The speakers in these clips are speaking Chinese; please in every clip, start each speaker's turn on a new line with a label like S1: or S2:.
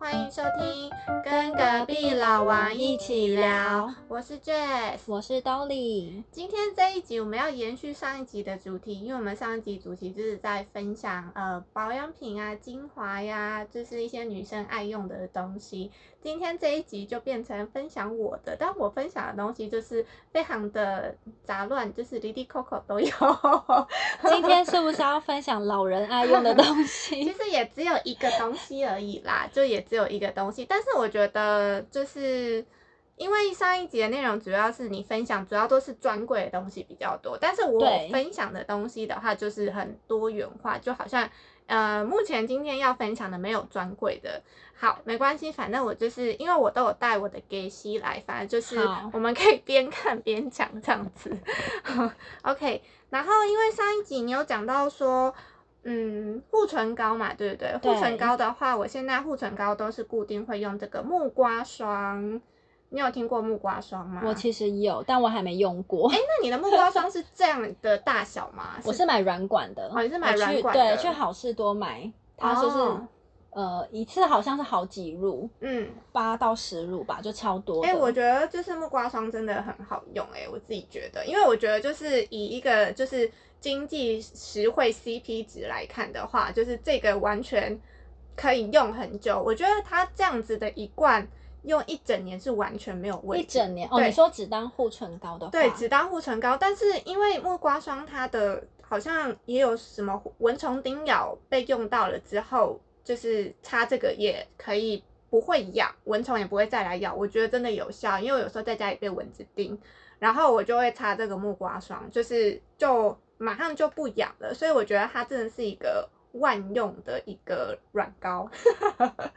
S1: 听《跟隔壁老王一起聊》，我是 Jess。
S2: 我是 Dolly。
S1: 今天这一集我们要延续上一集的主题，因为我们上一集主题就是在分享呃保养品啊、精华呀，就是一些女生爱用的东西。今天这一集就变成分享我的，但我分享的东西就是非常的杂乱，就是离离扣扣都有。
S2: 今天是不是要分享老人爱用的东
S1: 其
S2: 西？
S1: 实也只有一个东西而已啦，就也只有一个东西。但是我觉得，就是因为上一集的内容主要是你分享，主要都是专柜的东西比较多。但是我
S2: 对
S1: 分享的东西的话，就是很多元化，就好像呃，目前今天要分享的没有专柜的。好，没关系，反正我就是因为我都有带我的给西来，反正就是
S2: 好
S1: 我们可以边看边讲这样子。OK，然后因为上一集你有讲到说，嗯，护唇膏嘛，对不对？护唇
S2: 对
S1: 膏的话，我现在护唇膏都是固定会用这个木瓜霜。你有听过木瓜霜吗？
S2: 我其实有，但我还没用过。
S1: 哎，那你的木瓜霜是这样的大小吗？
S2: 我是买软管的，
S1: 哦你是买
S2: 我去
S1: 软管的
S2: 对，去好事多买，它就是、
S1: 哦
S2: 呃一次好像是好几入，
S1: 嗯，
S2: 八到十入吧，就超多的。
S1: 哎、我觉得就是木瓜霜真的很好用、哎，我自己觉得，因为我觉得就是以一个就是经济实惠 CP 值来看的话，就是这个完全可以用很久。我觉得它这样子的一罐用一整年是完全没有问
S2: 一
S1: 题。
S2: 整年哦，
S1: 对
S2: 你说只当护唇膏的话，
S1: 对，只当护唇膏，但是因为木瓜霜它的好像也有什么蚊虫叮咬被用到了之后，就是擦这个也可以不会痒，蚊虫也不会再来咬，我觉得真的有效，因为我有时候在家里被蚊子叮，然后我就会擦这个木瓜霜，就是就马上就不痒了，所以我觉得它真的是一个万用的一个软膏。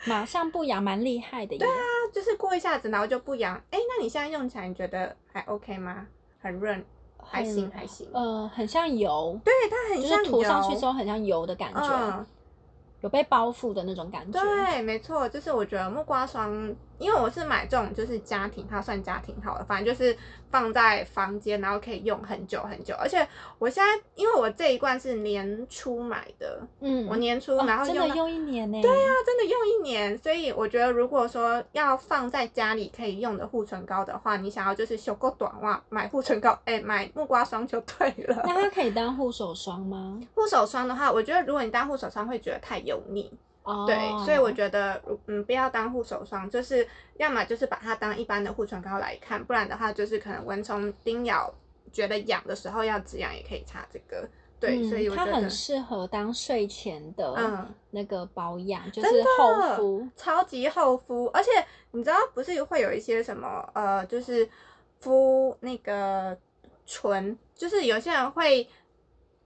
S2: 马上不痒，蛮厉害的耶。对啊，
S1: 就是过一下子，然后就不痒。哎，那你现在用起来，你觉得还 OK 吗？很润，还行，还行。
S2: 呃，很像油，
S1: 对，它很
S2: 就
S1: 像
S2: 是涂上去
S1: 油
S2: 之后很像油的感觉，
S1: 嗯，
S2: 有被包覆的那种感觉。
S1: 对，没错，就是我觉得木瓜霜，因为我是买这种就是家庭，它算家庭好了，反正就是放在房间，然后可以用很久很久。而且我现在，因为我这一罐是年初买的，
S2: 嗯，
S1: 我年初
S2: 哦
S1: 然后
S2: 真
S1: 用
S2: 的
S1: 到
S2: 用一年呢。对啊，
S1: 它真的用一年，所以我觉得如果说要放在家里可以用的护唇膏的话，你想要就是修够短袜，买护唇膏，哎、买木瓜霜就对
S2: 那
S1: 了。
S2: 它可以当护手霜吗？
S1: 护手霜的话，我觉得如果你当护手霜会觉得太油腻，
S2: 哦，
S1: 对，所以我觉得嗯不要当护手霜，就是要么就是把它当一般的护唇膏来看，不然的话就是可能蚊虫叮咬觉得痒的时候要止痒也可以擦这个。对，
S2: 嗯
S1: 所以我觉
S2: 它
S1: 得
S2: 很适合当睡前的
S1: 嗯。
S2: 那个保养，就
S1: 真
S2: 是
S1: 的
S2: 厚敷。
S1: 超级厚敷，而且你知道不是会有一些什么呃，就是敷那个唇，就是有些人会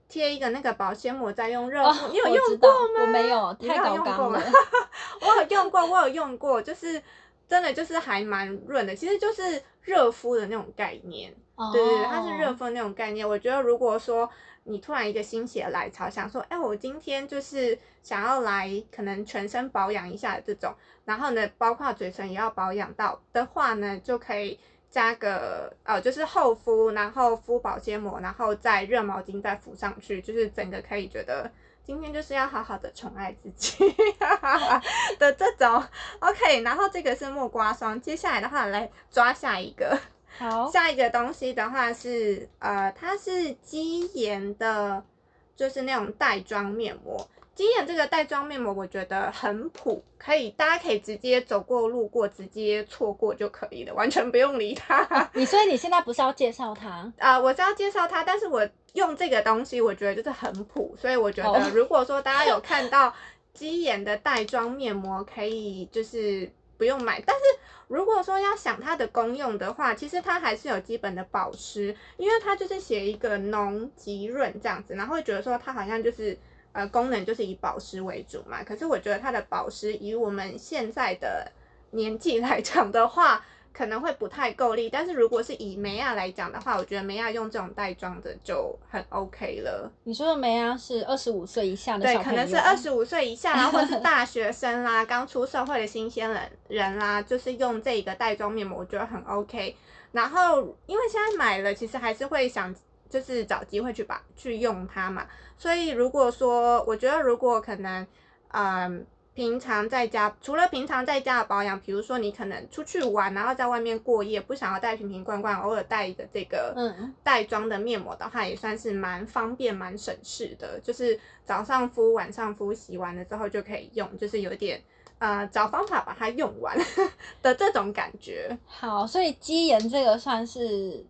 S1: 贴一个那个保鲜膜，再用热
S2: 哦
S1: 敷，你有
S2: 我
S1: 用
S2: 知
S1: 过
S2: 道
S1: 吗？
S2: 我没有
S1: 你
S2: 太
S1: 有
S2: 高
S1: 用
S2: 纲
S1: 过吗
S2: 了
S1: 我有用过，我有用过，就是真的就是还蛮润的，其实就是热敷的那种概念。对对，对，它是热
S2: 哦
S1: 敷那种概念。我觉得如果说你突然一个心血来潮，想说，哎，我今天就是想要来可能全身保养一下这种，然后呢，包括嘴唇也要保养到的话呢，就可以加个呃，就是厚敷，然后敷保鲜膜，然后再热毛巾再敷上去，就是整个可以觉得。今天就是要好好的宠爱自己的这种，OK。然后这个是木瓜霜，接下来的话来抓下一个。
S2: 好，
S1: 下一个东西的话是，呃，它是肌研的，就是那种袋装面膜。肌研这个袋装面膜，我觉得很普，可以大家可以直接走过路过，直接错过就可以了，完全不用理它。
S2: 你所以你现在不是要介绍它？
S1: 呃，我是要介绍它，但是我用这个东西，我觉得就是很普，所以我觉得
S2: 哦
S1: 如果说大家有看到肌研的袋装面膜，可以就是不用买。但是如果说要想它的功用的话，其实它还是有基本的保湿，因为它就是写一个浓极润这样子，然后会觉得说它好像就是。呃，功能就是以保湿为主嘛，可是我觉得它的保湿以我们现在的年纪来讲的话，可能会不太够力，但是如果是以梅亚来讲的话，我觉得梅亚用这种袋装的就很 OK 了。
S2: 你说的梅啊是二十五岁以下的
S1: 对
S2: 小，
S1: 可
S2: 朋友，啊
S1: 能是二十五岁以下啦，或是大学生啦，刚出社会的新鲜人人啦，就是用这个袋装面膜，我觉得很 OK。然后因为现在买了，其实还是会想就是找机会去把去用它嘛。所以如果说我觉得如果可能，嗯、平常在家除了平常在家的保养，比如说你可能出去玩，然后在外面过夜，不想要带瓶瓶罐罐，偶尔带一个这个
S2: 嗯
S1: 袋装的面膜的话，也算是蛮方便、蛮省事的。就是早上敷、晚上敷，洗完了之后就可以用，就是有点呃找方法把它用完 的这种感觉。
S2: 好，所以肌研这个算是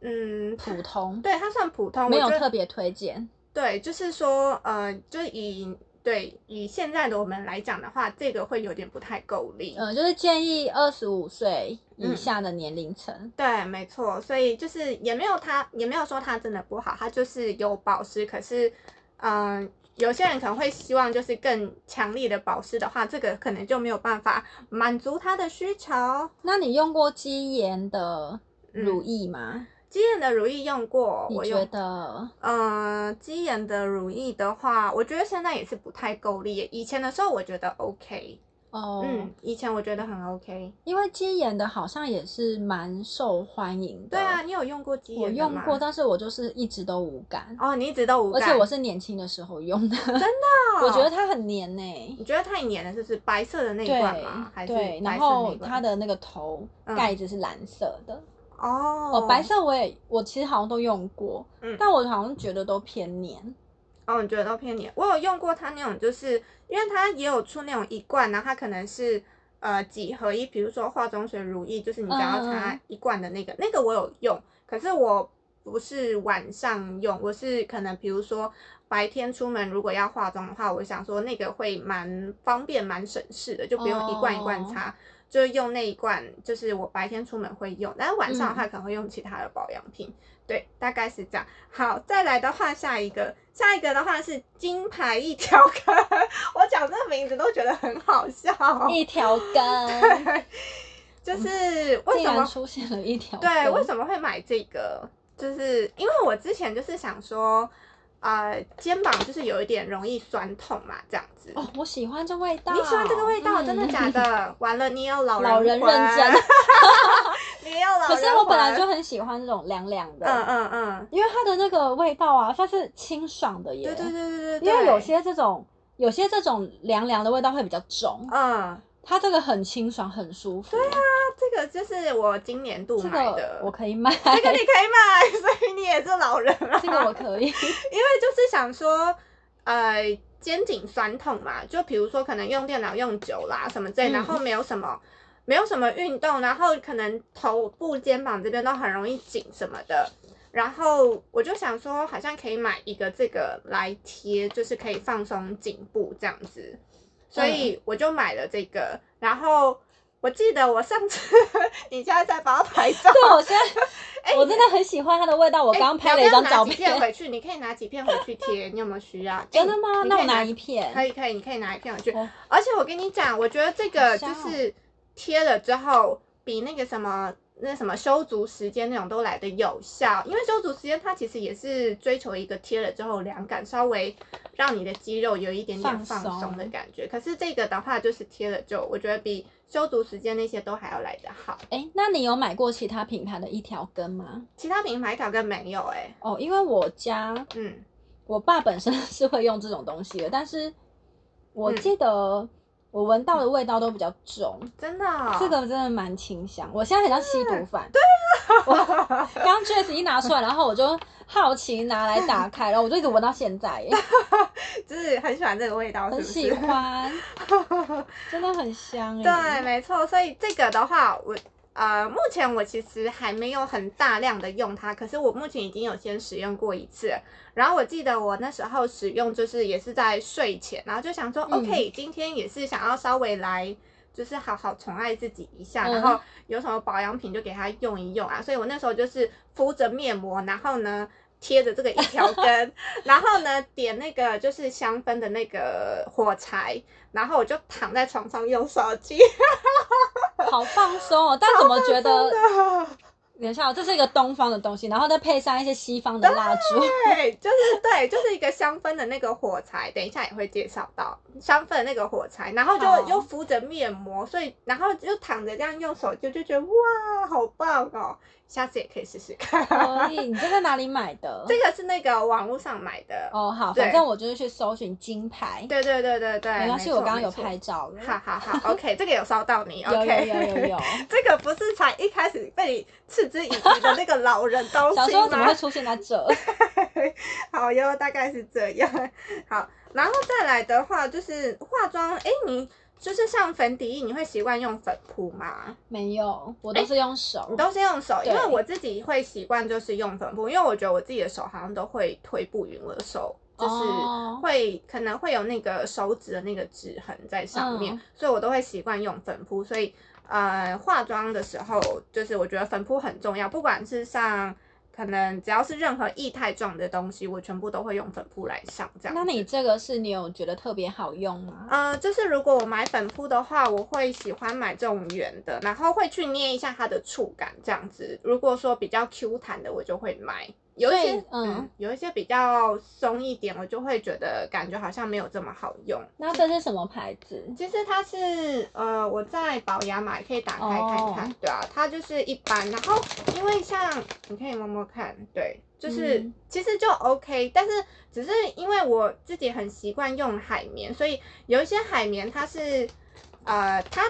S1: 嗯，
S2: 普通，
S1: 对，它算普通，
S2: 没
S1: 我
S2: 有
S1: 觉得
S2: 特别推荐。
S1: 对，就是说，呃，就以对以现在的我们来讲的话，这个会有点不太够力。
S2: 呃，就是建议二十五岁以
S1: 嗯
S2: 下的年龄层。
S1: 对，没错，所以就是也没有它，也没有说它真的不好，它就是有保湿。可是，嗯、有些人可能会希望就是更强力的保湿的话，这个可能就没有办法满足他的需求。
S2: 那你用过肌研的乳液吗？
S1: 肌研的乳液用过，
S2: 你
S1: 嗯我
S2: 觉
S1: 用
S2: 得？
S1: 嗯，肌研的乳液的话，我觉得现在也是不太够力。以前的时候我觉得 OK，、
S2: 哦，
S1: 嗯，以前我觉得很 OK。
S2: 因为肌研的好像也是蛮受欢迎的。
S1: 对啊，，你有用过肌
S2: 我
S1: 研的
S2: 用
S1: 吗？
S2: 过，但是我就是一直都无感，
S1: 哦，你一直都无
S2: 而
S1: 感，
S2: 且我是年轻的时候用的，真的，
S1: 哦
S2: 我觉得它很黏呢、
S1: 你觉得太黏了，是不是？白色的那一罐吗？还
S2: 对
S1: 是
S2: 对，
S1: 白
S2: 然
S1: 色那
S2: 后
S1: 一罐
S2: 它的那个头
S1: 嗯
S2: 盖子是蓝色的，
S1: 哦
S2: 哦，白色我也我其实好像都用过，
S1: 嗯
S2: 但我好像觉得都偏黏，
S1: 哦，你觉得都偏黏？我有用过它那种，就是因为它也有出那种一罐，然后它可能是呃几合一，比如说化妆水、乳液，就是你只要
S2: 嗯嗯
S1: 擦
S2: 嗯
S1: 一罐的那个，那个我有用，可是我不是晚上用，我是可能比如说白天出门如果要化妆的话，我想说那个会蛮方便、蛮省事的，就不用一罐一
S2: 哦
S1: 罐擦。就用那一罐，就是我白天出门会用，但是晚上的
S2: 嗯
S1: 话可能会用其他的保养品。对，大概是这样。好，再来的话，下一个，下一个的话是金牌一条根， 我讲这个名字都觉得很好笑，
S2: 一条根，
S1: 就是 为
S2: 竟
S1: 什
S2: 然
S1: 么
S2: 出现了一条根，
S1: 对为什么会买这个？就是因为我之前就是想说，呃，肩膀就是有一点容易酸痛嘛，这样子。
S2: 哦，我喜欢这味道。
S1: 你喜欢这个味道，
S2: 嗯
S1: 真的假？的？完了，你有老
S2: 老人
S1: 人
S2: 认真，
S1: 魂你也有老人
S2: 可是我本来就
S1: 魂
S2: 很喜欢这种凉凉的，
S1: 嗯嗯嗯，
S2: 因为它的那个味道啊，算是清爽的耶。
S1: 对对对对对，
S2: 因为
S1: 对
S2: 有些这种，有些这种凉凉的味道会比较重，
S1: 嗯，
S2: 它这个很清爽，很舒服。对啊，
S1: 这个就是我今年度
S2: 这
S1: 买
S2: 个
S1: 的，
S2: 我可以买，
S1: 这个你可以买， 所以你也是老人啊了。
S2: 这个我可以。
S1: 因为就是想说，呃，肩颈酸痛嘛，就比如说可能用电脑用久啦什么之类，
S2: 嗯
S1: 然后没有什么。没有什么运动，然后可能头部、肩膀这边都很容易紧什么的，然后我就想说，好像可以买一个这个来贴，就是可以放松颈部这样子，所以我就买了这个。然后我记得我上次， 你现在在帮我拍照，
S2: 对，我现在我真的很喜欢它的味道，我
S1: 哎
S2: 刚
S1: 你
S2: 拍了
S1: 要
S2: 一
S1: 不要
S2: 张
S1: 拿
S2: 照
S1: 几片
S2: 片。
S1: 回去，你可以拿几片回去 贴，你有没有需要？
S2: 真
S1: 哎
S2: 的吗？
S1: 你
S2: 那
S1: 可
S2: 我
S1: 以
S2: 拿一片。
S1: 可以可以，你可以拿一片回去。
S2: 哦
S1: 而且我跟你讲，我觉得这
S2: 好
S1: 个就
S2: 香哦
S1: 是贴了之后，比那个什么那什么修足时间那种都来的有效，因为修足时间它其实也是追求一个贴了之后凉感，稍微让你的肌肉有一点点
S2: 放
S1: 放
S2: 松
S1: 松的感觉。可是这个的话，就是贴了就我觉得比修足时间那些都还要来的好。
S2: 哎，那你有买过其他品牌的一条根吗？
S1: 其他品牌条跟没有哎、
S2: 哦，因为我家
S1: 嗯
S2: 我爸本身 是会用这种东西的，但是我
S1: 嗯
S2: 记得我闻到的味道都比较重，
S1: 真的哦、
S2: 这个真的蛮清香。我现在很像吸
S1: 嗯
S2: 毒犯，对啊，我刚确实一拿出来，然后我就好奇拿来打开，然后我就一直闻到现在耶，
S1: 就是很喜欢这个味道，是
S2: 很
S1: 不是？
S2: 喜欢，真的很 香
S1: 对，
S2: 哎。
S1: 没错，所以这个的话，我呃，目前我其实还没有很大量的用它，可是我目前已经有先使用过一次了。然后我记得我那时候使用就是也是在睡前，然后就想说、
S2: 嗯
S1: o k 今天也是想要稍微来。就是好好宠爱自己一下，
S2: 嗯
S1: 然后有什么保养品就给它用一用啊。所以我那时候就是敷着面膜，然后呢贴着这个一 条根，然后呢点那个就是香氛的那个火柴，然后我就躺在床上用手机。
S2: 好放松哦。但怎么觉得？
S1: 的，
S2: 等一下哦，这是一个东方的东西，然后再配上一些西方的蜡烛。
S1: 对，就是对，就是一个香氛的那个火柴，等一下也会介绍到香氛的那个火柴，然后
S2: 好
S1: 就又敷着面膜，所以然后就躺着这样用手机，就觉得哇，好棒哦！下次也可以试试看。
S2: 可以，你这在哪里买的？
S1: 这个是那个网络上买的。
S2: 哦，好，
S1: 对
S2: 反正我就是去搜寻金牌。
S1: 对对对对对，
S2: 没关系，
S1: 错
S2: 我刚刚有。
S1: 哎没
S2: 拍照了
S1: 错。好好好 ，OK，这个有烧到你
S2: 有有
S1: ，OK。
S2: 有 有有。
S1: 这个不是才一开始被你嗤之以鼻的那个老人东
S2: 小
S1: 西
S2: 时候怎么
S1: 吗
S2: 会？出现在这？
S1: 好哟，大概是这样。 好，然后再来的话就是化妆，哎，你就是像粉底液，你会习惯用粉扑吗？
S2: 没有，我都是用手。
S1: 哎你都是用手，因为
S2: 对
S1: 我自己会习惯就是用粉扑，因为我觉得我自己的手好像都会退步于我的手，就是
S2: 哦
S1: 会、可能会有那个手指的那个指痕在上面，
S2: 嗯
S1: 所以我都会习惯用粉扑。所以呃，化妆的时候就是我觉得粉扑很重要，不管是上。可能只要是任何液态状的东西，我全部都会用粉扑来上这样子。
S2: 那你这个是你有觉得特别好用吗？
S1: 呃，就是如果我买粉扑的话，我会喜欢买这种圆的，然后会去捏一下它的触感，这样子。如果说比较 Q 弹的，我就会买。有一
S2: 所以
S1: 些
S2: 嗯
S1: 有一些比较松一点，我就会觉得感觉好像没有这么好用。
S2: 那这是什么牌子？
S1: 其实它是呃，我在宝雅买，可以打开看看
S2: 哦
S1: 对啊，它就是一般。然后因为像你可以摸摸看，对，就是、
S2: 嗯
S1: 其实就 OK，但是只是因为我自己很习惯用海绵，所以有一些海绵它是呃，它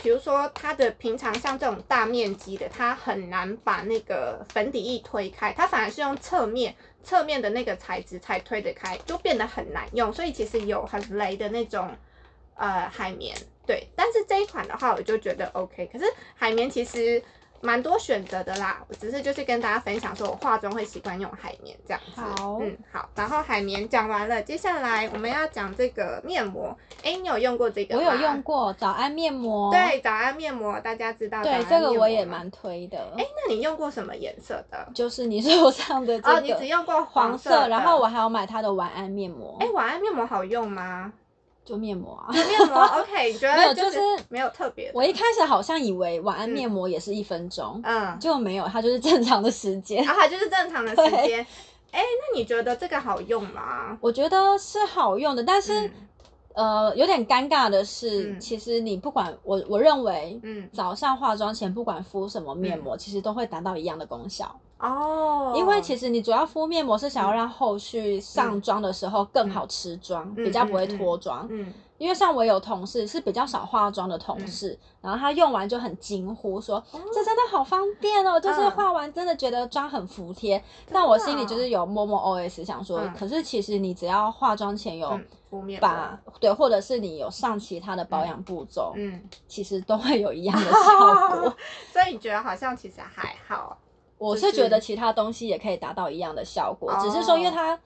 S1: 比如说它的平常像这种大面积的，它很难把那个粉底液推开，它反而是用侧面。侧面的那个材质才推得开，就变得很难用，所以其实有很雷的那种呃海绵，对。但是这一款的话，我就觉得 OK。可是海绵其实蛮多选择的啦，我只是就是跟大家分享说我化妆会习惯用海绵这样子。
S2: 好
S1: 嗯，好。然后海绵讲完了，接下来我们要讲这个面膜。哎、你有用过这个
S2: 我
S1: 吗？
S2: 有用。过早安面膜。
S1: 对，早安面膜大家知道。
S2: 哦对，
S1: 早
S2: 这
S1: 安面
S2: 个我
S1: 膜
S2: 也
S1: 吗。
S2: 蛮推的。
S1: 哎、那你用过什么颜色的？
S2: 就是你手上的这
S1: 哦，你只
S2: 个
S1: 用过
S2: 黄
S1: 色的，
S2: 然后我还有买它的晚安面膜
S1: 哎、，晚安面膜好用 吗？
S2: 就面膜啊。
S1: 面膜 OK，你觉
S2: 没有
S1: 得
S2: 就是
S1: 没有特别的？
S2: 我一开始好像以为晚安
S1: 嗯
S2: 面膜也是一分钟，
S1: 嗯，啊
S2: 结果没有，它就是正常的时间。
S1: 然后它就是正常的时间。哎、那你觉得这个好用吗？
S2: 我觉得是好用的，但是、
S1: 嗯
S2: 呃，有点尴尬的是，
S1: 嗯
S2: 其实你不管我，我认为
S1: 嗯，
S2: 早上化妆前不管敷什么面膜，其实都会达到一样的功效，
S1: 哦，
S2: 因为其
S1: 实
S2: 实你主要敷面膜是想要让后续上妆的时候更好持妆，
S1: 嗯
S2: 比较不会脱妆。
S1: 嗯
S2: 因为像我有同事是比较少化妆的同事，然后他用完就很惊呼说：“
S1: 哦嗯
S2: 这真的好方便哦！”就是化完真的觉得妆很服帖。但我心里就是有默默 OS 想说，
S1: 啊嗯
S2: 可是其实你只要化妆前有
S1: 嗯，敷面膜
S2: 哦把、对，或者是你有上其他的保养步骤，
S1: 嗯，
S2: 其实都会有一 样的效果。
S1: 所以你觉得好像其实还好，
S2: 我
S1: 就是
S2: 是觉得其他东西也可以达到一样的效果，只是
S1: 哦
S2: 说因为它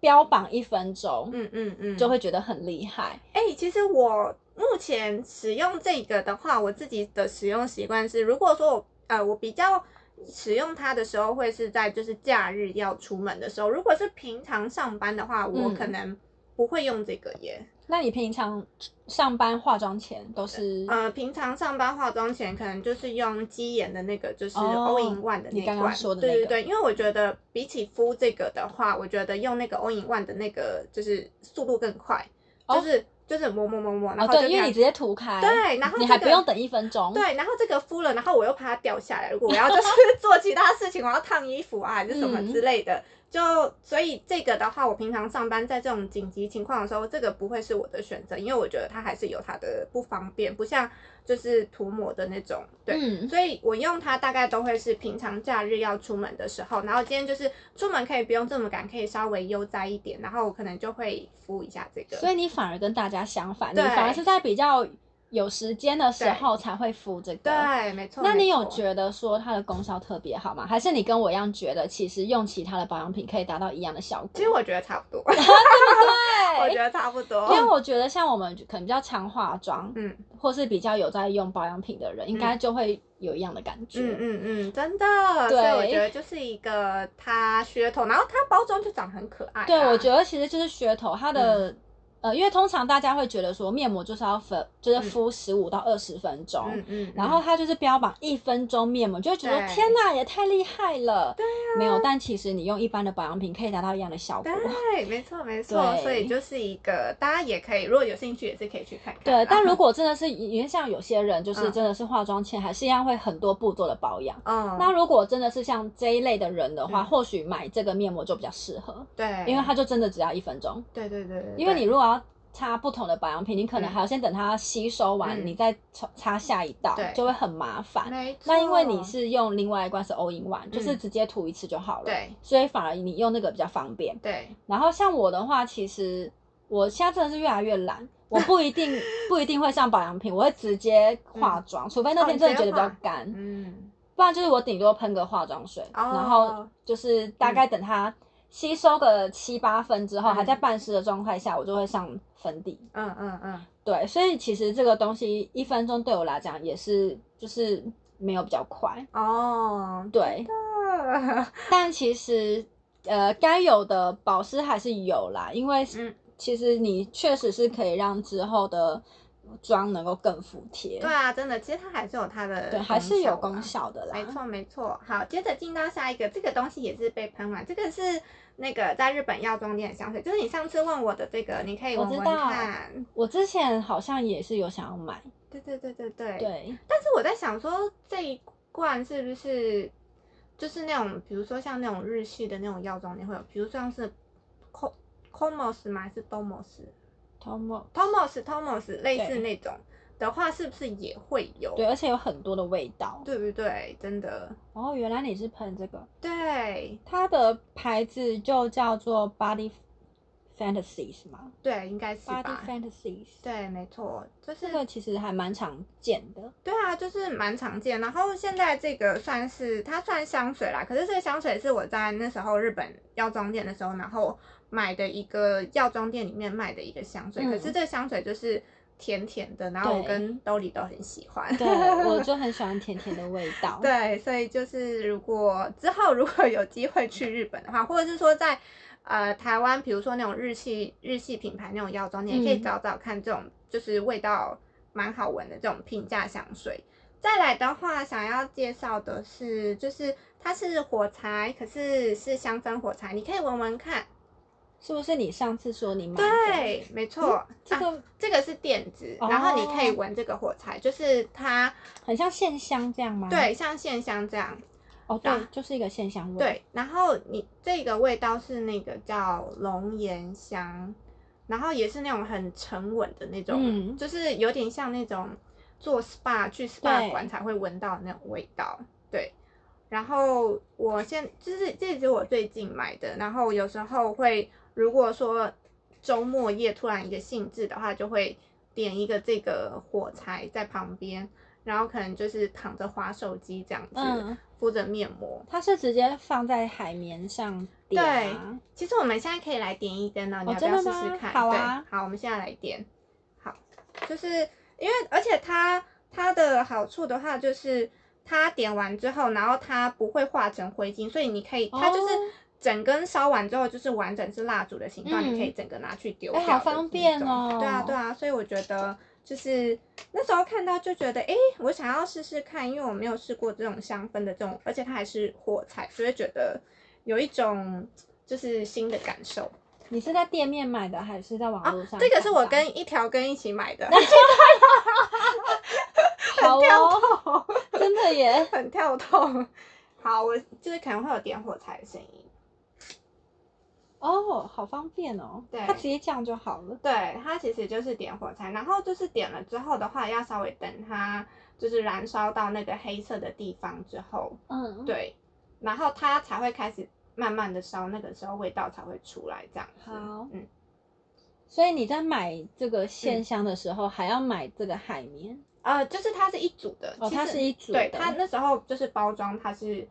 S2: 标榜一分钟，
S1: 嗯嗯嗯，
S2: 就会觉得很厉害。
S1: 哎、其实我目前使用这个的话，我自己的使用习惯是，如果说我呃我比较使用它的时候，会是在就是假日要出门的时候。如果是平常上班的话，我
S2: 嗯
S1: 可能不会用这个耶。
S2: 那你平常上班化妆前都是？哦
S1: 呃，平常上班化妆前，可能就是用肌研的那个，就是
S2: 哦
S1: All in One 的那
S2: 你
S1: 一
S2: 刚
S1: 罐。
S2: 刚说的
S1: 对
S2: 那
S1: 对
S2: 个
S1: 对，因为我觉得比起敷这个的话，我觉得用那个 All in One 的那个就是速度更快，
S2: 哦
S1: 就是就是磨磨磨磨，然
S2: 哦，
S1: 后就
S2: 对，
S1: 这
S2: 因为
S1: 样
S2: 你直接涂开，
S1: 对然后
S2: 你
S1: 这
S2: 还
S1: 个
S2: 不用等一分钟，，
S1: 对，然后这个敷了，然后我又怕它掉下来。如果我要就是 做其他事情，我要烫衣服啊，还是什么
S2: 嗯
S1: 之类的，就所以这个的话，我平常上班在这种紧急情况的时候，这个不会是我的选择，因为我觉得它还是有它的不方便，不像就是涂抹的那种。对，
S2: 嗯，
S1: 所以我用它大概都会是平常假日要出门的时候，然后今天就是出门可以不用这么赶，可以稍微悠哉一点，然后我可能就会敷一下这个。
S2: 所以你反而跟大家相反，你
S1: 对
S2: 反而是在比较有时间的时候才会敷这个。
S1: 对，没错。
S2: 那
S1: 没
S2: 你有
S1: 错
S2: 觉得说它的功效特别好吗？还是你跟我一样觉得，其实用其他的保养品可以达到一样的效果？
S1: 其实我觉得差不多， 我觉得差不多。
S2: 因为我觉得像我们可能比较常化妆，
S1: 嗯
S2: 或是比较有在用保养品的人，应该就会有一样的感觉。
S1: 嗯嗯嗯，真的，
S2: 对
S1: 所以我觉得就是一个它噱头，然后它包装就长得很可爱、啊。
S2: 对，我觉得其实就是噱头，它的、
S1: 嗯
S2: 呃，因为通常大家会觉得说面膜就是要粉，就是敷十五到二十分钟。
S1: 嗯嗯嗯，嗯
S2: 然后它就是标榜一分钟面膜，就会觉得
S1: 对
S2: 天哪，也太厉害了！
S1: 对啊，
S2: 没有，但其实你用一般的保养品可以达到一样的效果。
S1: 对，啊没错没错，
S2: 对
S1: 所以就是一个大家也可以，如果有兴趣也是可以去看啊看啦。
S2: 对，但如果真的是，因为像有些人就是
S1: 嗯
S2: 真的是化妆前还是一样会很多步骤的保养。
S1: 嗯，
S2: 那如果真的是像这一类的人的话，
S1: 嗯
S2: 或许买这个面膜就比较适合，
S1: 对，
S2: 因为它就真的只要一分钟。
S1: 对对对对，
S2: 因为
S1: 对
S2: 你如果要擦不同的保养品，你可能
S1: 嗯
S2: 还要先等它吸收完，
S1: 嗯
S2: 你再擦擦下一道
S1: 对，
S2: 就会很麻烦。
S1: 没错，嗯
S2: 那因为你是用另外一罐是 all in one，、就是直接涂一次就好了，
S1: 对
S2: 所以反而你用那个比较方便。
S1: 对
S2: 然后像我的话，其实我现在真的是越来越懒，我不一定不一定会上保养品，我会直接化妆，除非那天真的觉得比较干，
S1: 嗯
S2: 不然就是我顶多喷个化妆水，然后
S1: 哦
S2: 就是大概等它吸收个七八分之后，
S1: 嗯
S2: 还在半湿的状态下，我就会上粉底。
S1: 嗯嗯嗯，
S2: 对，所以其实这个东西一分钟对我来讲也是就是没有比较快，
S1: 哦，
S2: 对，但其实呃，该有的保湿还是有啦，因为
S1: 嗯
S2: 其实你确实是可以让之后的妆能够更服帖，
S1: 对啊，真的，其实它还是有它的啊
S2: 对，还是有
S1: 功
S2: 功
S1: 效
S2: 效的啦。
S1: 没错，没错。好，接着进到下一个，这个东西也是被喷完，这个是那个在日本药妆店的香水，就是你上次问我的这个，你可以
S2: 我
S1: 闻
S2: 知
S1: 闻
S2: 道
S1: 看。
S2: 我之前好像也是有想要买，
S1: 对对对对对。
S2: 对，
S1: 但是我在想说，这一罐是不是就是那种，比如说像那种日系的那种药妆店会有，比如像是 Co Comos 吗？还是 Domos？Tomos
S2: 头毛
S1: Tomos 类似
S2: 对
S1: 那种的话，是不是也会有？
S2: 对，而且有很多的味道。
S1: 对不对？真的，
S2: 哦，原来你是喷这个，
S1: 对
S2: 它的牌子就叫做 Body Fantasies 吗
S1: 对，应该是
S2: ？Body
S1: 吧。
S2: Fantasies，
S1: 对，没错，就是
S2: 这个其实还蛮常见 的。
S1: 对啊，就是蛮常见。然后现在这个算是它算香水啦，可是这个香水是我在那时候日本药妆店的时候，然后买的一个药妆店里面卖的一个香水。
S2: 嗯
S1: 可是这个香水就是甜甜的，然后我
S2: 对
S1: 跟兜里都很喜欢。
S2: 对，我就很喜欢甜甜的味道。
S1: 对，所以就是如果之后如果有机会去日本的话，或者是说在呃台湾，比如说那种日系日系品牌那种药妆，你也可以
S2: 嗯
S1: 找找看这种就是味道蛮好闻的这种平价香水。再来的话，想要介绍的是，就是它是火柴，可是是香氛火柴，你可以闻闻看。
S2: 是不是你上次说你买的？嗯
S1: 对，没错，
S2: 这
S1: 啊、
S2: 个
S1: 这个是电子，
S2: 哦
S1: 然后你可以闻这个火柴，就是它
S2: 很像线香这样吗？，
S1: 对像线香这样，
S2: 哦
S1: 啊
S2: 对，就是一个线香味。，
S1: 对，然后你这个味道是那个叫龙涎香，然后也是那种很沉稳的那种，
S2: 嗯
S1: 就是有点像那种做 SPA 去 SPA
S2: 对
S1: 馆才会闻到的那种味道。对，然后我现就是这支我最近买的，然后有时候会如果说周末夜突然一个兴致的话，就会点一个这个火柴在旁边。然后可能就是躺着划手机这样子，
S2: 嗯，
S1: 敷着面膜，
S2: 它是直接放在海绵上点吗？
S1: 其实我们现在可以来点一根呢，你
S2: 哦
S1: 要不要
S2: 真
S1: 试
S2: 的
S1: 试
S2: 吗
S1: 看？
S2: 好啊
S1: 对，好，我们现在来点。好，就是因为而且它它的好处的话，就是它点完之后，然后它不会化成灰烬，所以你可以，它就是
S2: 哦
S1: 整根烧完之后，就是完整是蜡烛的形状，
S2: 嗯
S1: 你可以整个拿去丢掉的
S2: 哎
S1: 那种。
S2: 好方便哦
S1: 对啊，对啊，所以我觉得。就是那时候看到就觉得，哎、我想要试试看，因为我没有试过这种香氛的这种，而且它还是火柴，所以觉得有一种就是新的感受。
S2: 你是在店面买的还是在网络
S1: 啊
S2: 上、
S1: 这个是我跟一条根一起买的，
S2: 好哦，
S1: 跳痛，
S2: 真的耶。
S1: 很跳痛。好，我就是可能会有点火柴的声音。
S2: 哦，好方便哦。
S1: 对
S2: 它直接这样就好了。
S1: 对，它其实就是点火柴，然后就是点了之后的话，要稍微等它就是燃烧到那个黑色的地方之后，
S2: 嗯，，
S1: 对，然后它才会开始慢慢的烧，那个时候味道才会出来这样子。
S2: 好
S1: 嗯，
S2: 所以你在买这个线香的时候，还要买这个海绵。
S1: 呃，就是它是一组的，
S2: 哦，
S1: 呃其
S2: 它
S1: 实
S2: 是一组
S1: 对
S2: 的。嗯
S1: 它那时候就是包装，它是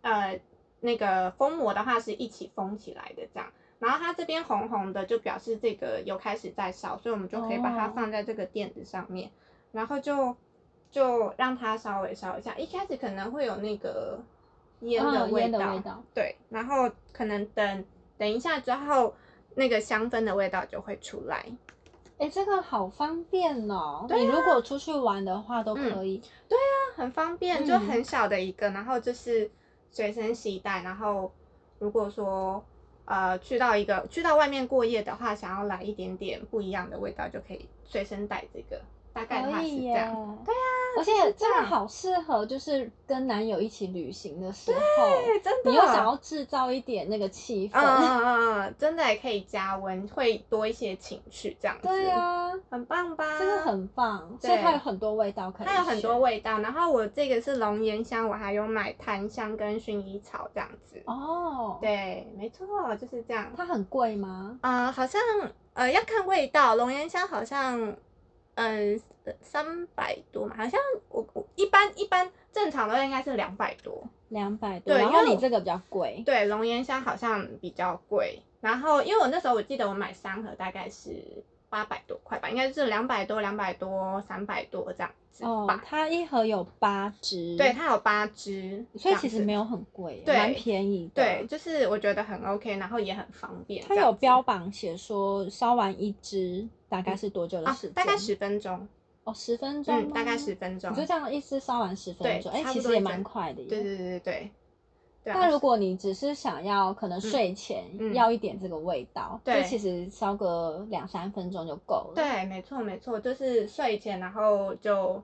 S1: 呃那个封膜的话是一起封起来的这样。然后它这边红红的，就表示这个有开始在烧，所以我们就可以把它
S2: 哦
S1: 放在这个垫子上面，然后就就让它稍微烧一下。一开始可能会有那个烟的
S2: 嗯
S1: 味
S2: 烟
S1: 道，
S2: 的味道。
S1: 对，然后可能等等一下之后，那个香氛的味道就会出来。
S2: 哎、这个好方便哦！你
S1: 啊
S2: 如果
S1: 嗯
S2: 出去玩的话都可以。
S1: 很方便，就
S2: 嗯
S1: 很小的一个，然后就是随身携带，然后如果说呃去到一个去到外面过夜的话，想要来一点点不一样的味道，就可以随身带这个，大概的话
S2: 可
S1: 是
S2: 以
S1: 这
S2: 耶，
S1: 样。
S2: 对啊，而且
S1: 是这
S2: 真的
S1: 样
S2: 好适合，就是跟男友一起旅行的时候，
S1: 对，真的。
S2: 你又想要制造一点那个气
S1: 嗯
S2: 氛，
S1: 嗯嗯嗯，真的也可以加温，会多一些情绪这样子。
S2: 对啊，
S1: 很棒吧？
S2: 真的很棒，所以
S1: 对
S2: 它有很多味道可以，
S1: 它有很多。味道，然后我这个是龙涎香，我还有买檀香跟薰衣草这样子。
S2: 哦，，
S1: 对，没错，就是这样。
S2: 它很贵吗？
S1: 啊、好像呃要看味道，龙涎香好像嗯三百多嘛，好像我我一般一般正常的应该是两百多。
S2: 两百多，
S1: 对
S2: 然
S1: 因
S2: 后
S1: 为
S2: 你
S1: 我
S2: 这个比较贵，
S1: 对，龙涎香好像比较贵。然后因为我那时候我记得我买三盒大概是八百多块吧，应该是两百多、两百多、三百多这样子
S2: 哦
S1: 吧。，
S2: 它一盒有八支，
S1: 对，，它有八支，
S2: 所以其实没
S1: 有。
S2: 有很贵，
S1: 对
S2: 蛮便宜的。
S1: 对，，就是我觉得很 OK，然后也很方便。
S2: 它
S1: 这样
S2: 有
S1: 子
S2: 标榜写说烧完一支大概是多久的
S1: 啊
S2: 时间？，
S1: 大概十分钟，
S2: 哦，十分钟
S1: 嗯，
S2: 吗，
S1: 大概十分钟
S2: 你。就这样一支烧完十分
S1: 对
S2: 钟，哎，
S1: 差不
S2: 其
S1: 多
S2: 实也
S1: 一
S2: 蛮
S1: 整
S2: 快的耶。
S1: 对对对对对。对啊
S2: 但如果你只是想要可能睡前
S1: 嗯
S2: 要一点这个味道，
S1: 对
S2: 就其实烧个两三分钟就够了。，
S1: 对，没错没错，就是睡前，然后就，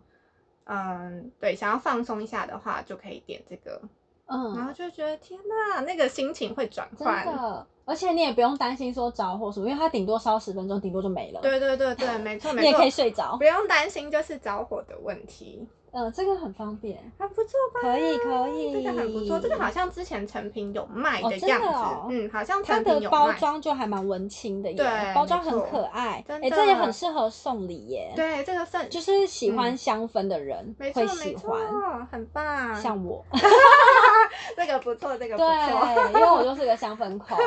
S1: 嗯，对，想要放松一下的话，就可以点这个，然后
S2: 嗯，
S1: 就觉得天呐，那个心情会转
S2: 真
S1: 换。
S2: 的，而且你也不用担心说着火什么，因为它顶多烧十分钟，顶多就没了。，
S1: 对对对对，没错
S2: 你也
S1: 没
S2: 可
S1: 错
S2: 以，哦睡着
S1: 不。用担心就是着火的问题，
S2: 嗯，这个很方便，
S1: 很不错吧？
S2: 可以可以，
S1: 这个很不错，这个好像之前成品有卖
S2: 哦
S1: 的
S2: 真的
S1: 样子，
S2: 哦
S1: 嗯，好像
S2: 它
S1: 成
S2: 的
S1: 品有
S2: 包
S1: 卖。
S2: 装就还蛮文青的耶，
S1: 对
S2: 包装很
S1: 没错
S2: 可爱，
S1: 真
S2: 哎，这也
S1: 的
S2: 很适合送礼耶，，
S1: 对，这个算
S2: 就是喜欢香氛的人
S1: 没错
S2: 会
S1: 没
S2: 喜欢，
S1: 错，很棒，
S2: 像我，
S1: 这个不错，这个不错，
S2: 对，因为我就是个香氛控，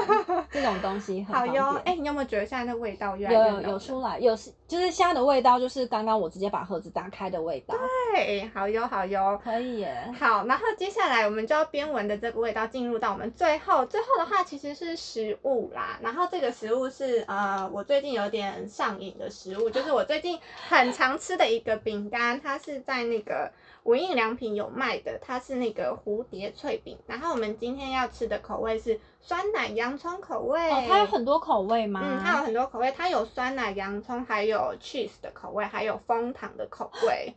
S2: 这种东西很
S1: 好
S2: 方便。
S1: 哟。哎，你有没有觉得现在那味道越来
S2: 有
S1: 越
S2: 有
S1: 浓
S2: 有
S1: 了
S2: 出来，有是就是虾的味道，就是刚刚我直接把盒子打开的味道，
S1: 对，好哟好哟。
S2: 可以耶。
S1: 好，然后接下来我们就要边闻的这个味道进入到我们最后，最后的话其实是食物啦。然后这个食物是呃，我最近有点上瘾的食物，就是我最近很常吃的一个饼干，它是在那个无印良品有卖的，它是那个蝴蝶脆饼。然后我们今天要吃的口味是酸奶洋葱口味，
S2: 哦，它有很多口味吗？
S1: 嗯，它有很多口味，它有酸奶洋葱，还有 cheese 的口味，还有枫糖的口味。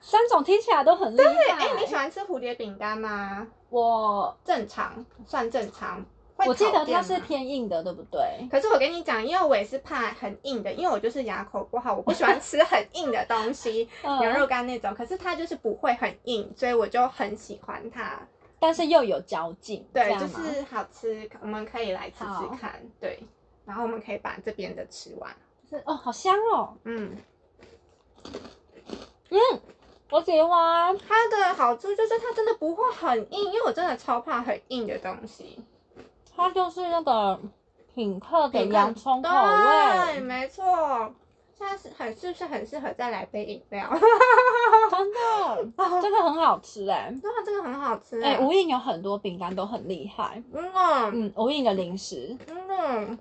S2: 三种听起来都很厉
S1: 哎、你喜
S2: 害。
S1: 欢吃蝴蝶饼干吗？
S2: 我
S1: 正常，算正常。会
S2: 我记
S1: 讨
S2: 得它
S1: 厌
S2: 是
S1: 吗
S2: 偏硬的，对不对？
S1: 可是我跟你讲，因为我也是怕很硬的，因为我就是牙口不好，我不喜欢吃很硬的东西，牛
S2: 嗯，
S1: 肉干那种。可是它就是不会很硬，所以我就很喜欢它。
S2: 但是又有嚼劲，这
S1: 对，
S2: 样
S1: 就
S2: 吗
S1: 是好吃，我们可以来吃吃
S2: 好
S1: 看。对，然后我们可以把这边的吃完。
S2: 就是哦，好香哦，
S1: 嗯，
S2: 嗯，我喜欢。
S1: 它的好处就是它真的不会很硬，因为我真的超怕很硬的东西。
S2: 它就是那个品客的
S1: 饼干
S2: 洋葱口
S1: 对，
S2: 味，
S1: 没错。现在是很是不是很适合再来杯饮料？
S2: 真的， 这个很好吃哎。
S1: 哇，啊这个很好吃
S2: 哎、
S1: 哎、
S2: 无印有很多饼干都很厉害，
S1: 嗯哦
S2: 嗯，无印的零食，
S1: 嗯哦，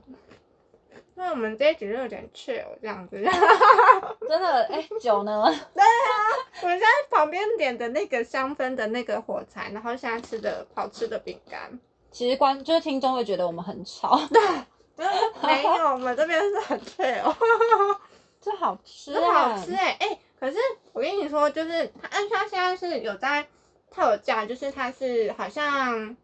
S1: 那我们这一局就有点 chill 这样子。
S2: 真的，哎、酒呢？
S1: 我们现在旁边点的那个香氛的那个火柴，然后现在吃的好吃的饼干，
S2: 其实观就是听众会觉得我们很吵，
S1: 没有，我们这边是很 chill，
S2: 这好吃、
S1: 真
S2: 啊，
S1: 的好吃哎、哎、可是我跟你说，就是它，按它现在是有在特价，就是它是好像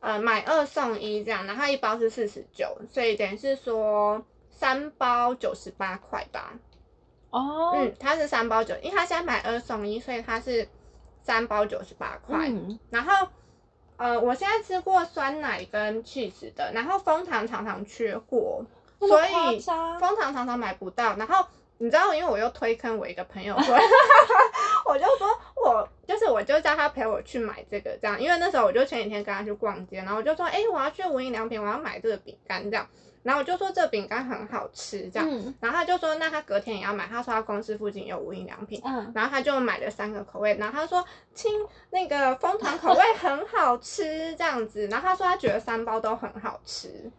S1: 呃买二送一这样，然后它一包是四十九，所以等于是说三包九十八块吧。
S2: 哦，
S1: 嗯，它是三包九，因为它现在买二送一，所以它是三包九十八块。
S2: 嗯，
S1: 然后，呃，我现在吃过酸奶跟 cheese 的，然后蜂糖常常缺货，
S2: 那么
S1: 所
S2: 夸
S1: 以
S2: 张
S1: 蜂糖常常买不到。然后你知道，因为我又推坑我一个朋友说， 我就说我就是我就叫他陪我去买这个这样，因为那时候我就前几天跟他去逛街，然后我就说，哎、我要去无印良品，我要买这个饼干这样。然后我就说这饼干很好吃这样，
S2: 嗯
S1: 然后他就说那他隔天也要买，他说他公司附近有无印良品，
S2: 嗯，
S1: 然后他就买了三个口味，然后他说青那个枫糖口味很好吃这样子，然后他说他觉得三包都很好吃，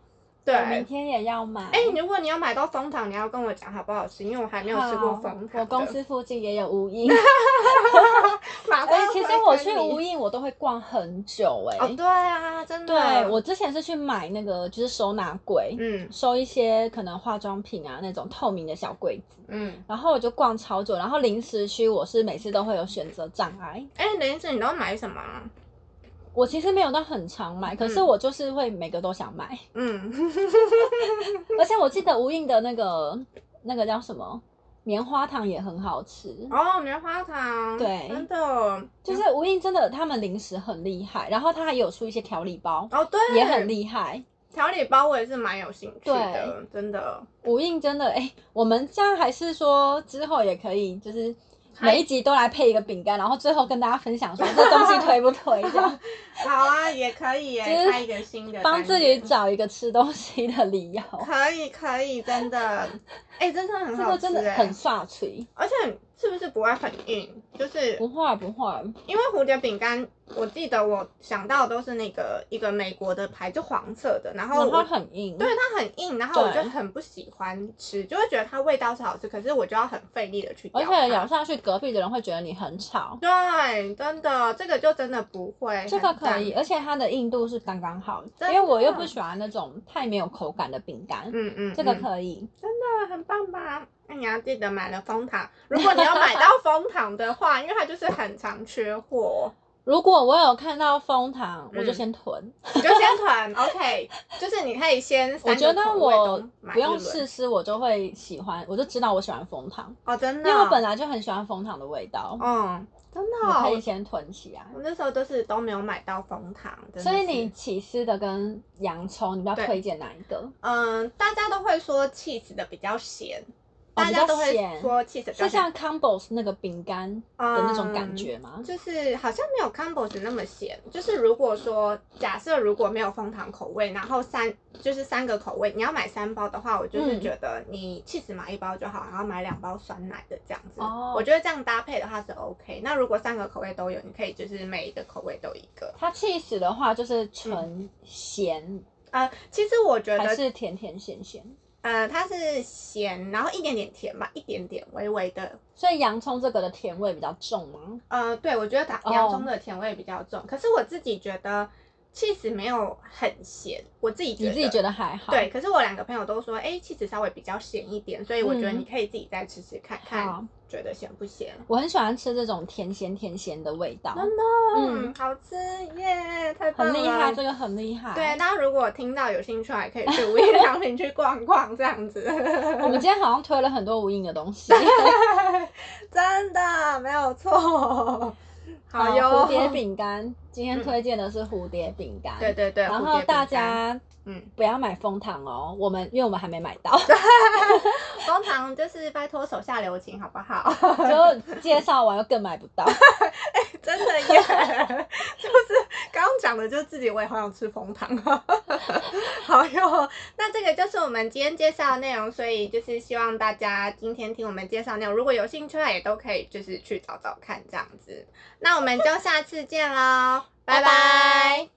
S1: 对，
S2: 我明天也要买。
S1: 哎、如果你要买到蜂糖，你要跟我讲好不好吃，因为我还没有吃过蜂
S2: 好
S1: 糖。
S2: 我公司附近也有无印，
S1: 马
S2: 哎
S1: 上，
S2: 其实
S1: 回
S2: 我
S1: 跟
S2: 去
S1: 你
S2: 无印我都会逛很久哎、
S1: 哦，对啊，真的。
S2: 对我之前是去买那个就是收纳柜，
S1: 嗯
S2: 收一些可能化妆品啊那种透明的小柜子，
S1: 嗯，
S2: 然后我就逛超久，然后零食区我是每次都会有选择障碍，
S1: 哎、林子，你都买什么啊？
S2: 我其实没有到很常买，可是
S1: 嗯
S2: 我就是会每个都想买，
S1: 嗯，
S2: 而且我记得无印的那个那个叫什么棉花糖也很好吃。
S1: 哦，棉花糖，
S2: 对
S1: 真的，
S2: 就是无印真的，他们零食很厉害，然后他还有出一些调理包，
S1: 哦，对，
S2: 也很厉害。
S1: 调理包我也是蛮有兴趣的，真的。
S2: 无印真的，哎、我们这样还是说之后也可以，就是每一集都来配一个饼干，然后最后跟大家分享说这东西推不推，这样
S1: 好啊，也可以耶，
S2: 就是
S1: 开一个新的单元，
S2: 帮自己找一个吃东西的理由。
S1: 可以可以，真的，哎、真的很
S2: 这
S1: 好
S2: 个
S1: 吃，
S2: 真的
S1: 哎
S2: 很刷嘴，
S1: 而且是不是不会很硬？就是
S2: 不会不会，
S1: 因为蝴蝶饼干，我记得我想到都是那个一个美国的牌，就黄色的，然后
S2: 然
S1: 我
S2: 后很硬。
S1: 对它很硬，然后我就
S2: 对
S1: 很不喜欢吃，就会觉得它味道是好吃，可是我就要很费力的去咬
S2: 而
S1: 它。
S2: 且咬下去，隔壁的人会觉得你很吵。
S1: 对，真的这个就真的不会，
S2: 这个
S1: 很
S2: 可
S1: 赞
S2: 以，。而且它的硬度是刚刚好，因
S1: 真的
S2: 为我又不喜欢那种太没有口感的饼干，
S1: 嗯嗯，
S2: 这个
S1: 嗯
S2: 可以。
S1: 真的很棒吧？那你要记得买了蜂糖，如果你要买到蜂糖的话， 因为它就是很常缺货，
S2: 如果我有看到蜂糖，我就
S1: 嗯
S2: 先囤。
S1: 你就先 囤，OK，就是你可以先
S2: 我
S1: 三
S2: 觉
S1: 个
S2: 得
S1: 口味
S2: 我
S1: 都买
S2: 不用
S1: 一轮
S2: 试吃，我就会喜欢，我就知道我喜欢枫糖，
S1: 哦，真
S2: 因
S1: 的，
S2: 为我本来就很喜欢枫糖的味道，
S1: 嗯，真的
S2: 我
S1: 哦、
S2: 可以
S1: 我
S2: 先囤起来。
S1: 我那时候都是都没有买到蜂糖，真的
S2: 所以
S1: 是
S2: 你起司的跟洋葱，你比较
S1: 对
S2: 推荐哪一个？
S1: 嗯，大家都会说 cheese 的比较咸，
S2: 哦
S1: 大
S2: 比
S1: 家
S2: 较
S1: 都会
S2: 咸
S1: 说 cheese 的比较
S2: 是
S1: 咸，嗯
S2: 像 Combos 那个饼干的那种感觉吗？
S1: 就是好像没有 combos 那么咸。就是如果说假设如果没有枫糖口味，然后三就是三个口味，你要买三包的话，我就是
S2: 嗯
S1: 觉得你 cheese 买一包就好，然后买两包酸奶的这样子。
S2: 哦
S1: 我觉得这样搭配的话是 OK。那如果三个口味都有，你可以就是每一个口味都一个。
S2: 它 cheese 的话就是
S1: 嗯
S2: 纯咸，
S1: 呃，其实我觉
S2: 还
S1: 得
S2: 是甜甜咸咸？
S1: 呃它是咸，然后一点点甜吧，一点点微微的
S2: 所以洋葱这个的甜味比较重吗？
S1: 呃，对，我觉得
S2: 哦
S1: 洋洋葱的甜味比较重，可是我自己觉得 cheese 没有很咸，我自己觉
S2: 你
S1: 得
S2: 自己觉得还好？
S1: 对，，可是我两个朋友都说，哎，cheese 稍微比较咸一点，所以我觉得
S2: 嗯
S1: 你可以自己再吃吃看
S2: 好
S1: 看，觉得咸不咸？
S2: 我很喜欢吃这种甜咸甜咸的味道，
S1: 真的，
S2: 嗯
S1: 嗯，好吃耶，太棒
S2: 很
S1: 了，
S2: 厉害，这个很厉害。
S1: 对，大家如果听到有兴趣，还可以去无印良品去逛逛，这样子。
S2: 我们今天好像推了很多无印的东西，
S1: 真的没有错， 好哟。嗯
S2: 蝴蝶饼干，今天推荐的是蝴蝶饼干，
S1: 对对对，
S2: 然
S1: 蝴
S2: 后
S1: 蝶
S2: 大
S1: 饼干
S2: 家
S1: 嗯。
S2: 不要买蜂糖哦，我们因为我们还没买 到，
S1: 通常就是拜托手下留情，好不好？
S2: 就介绍完又更买不到，
S1: 真的耶， 就是刚刚讲的，就是自己我也好想吃蜂糖。啊 好哟，那这个就是我们今天介绍的内容，所以就是希望大家今天听我们介绍内容，如果有兴趣的话也都可以就是去找找看这样子。那我们就下次见喽，拜
S2: 拜
S1: 拜
S2: 拜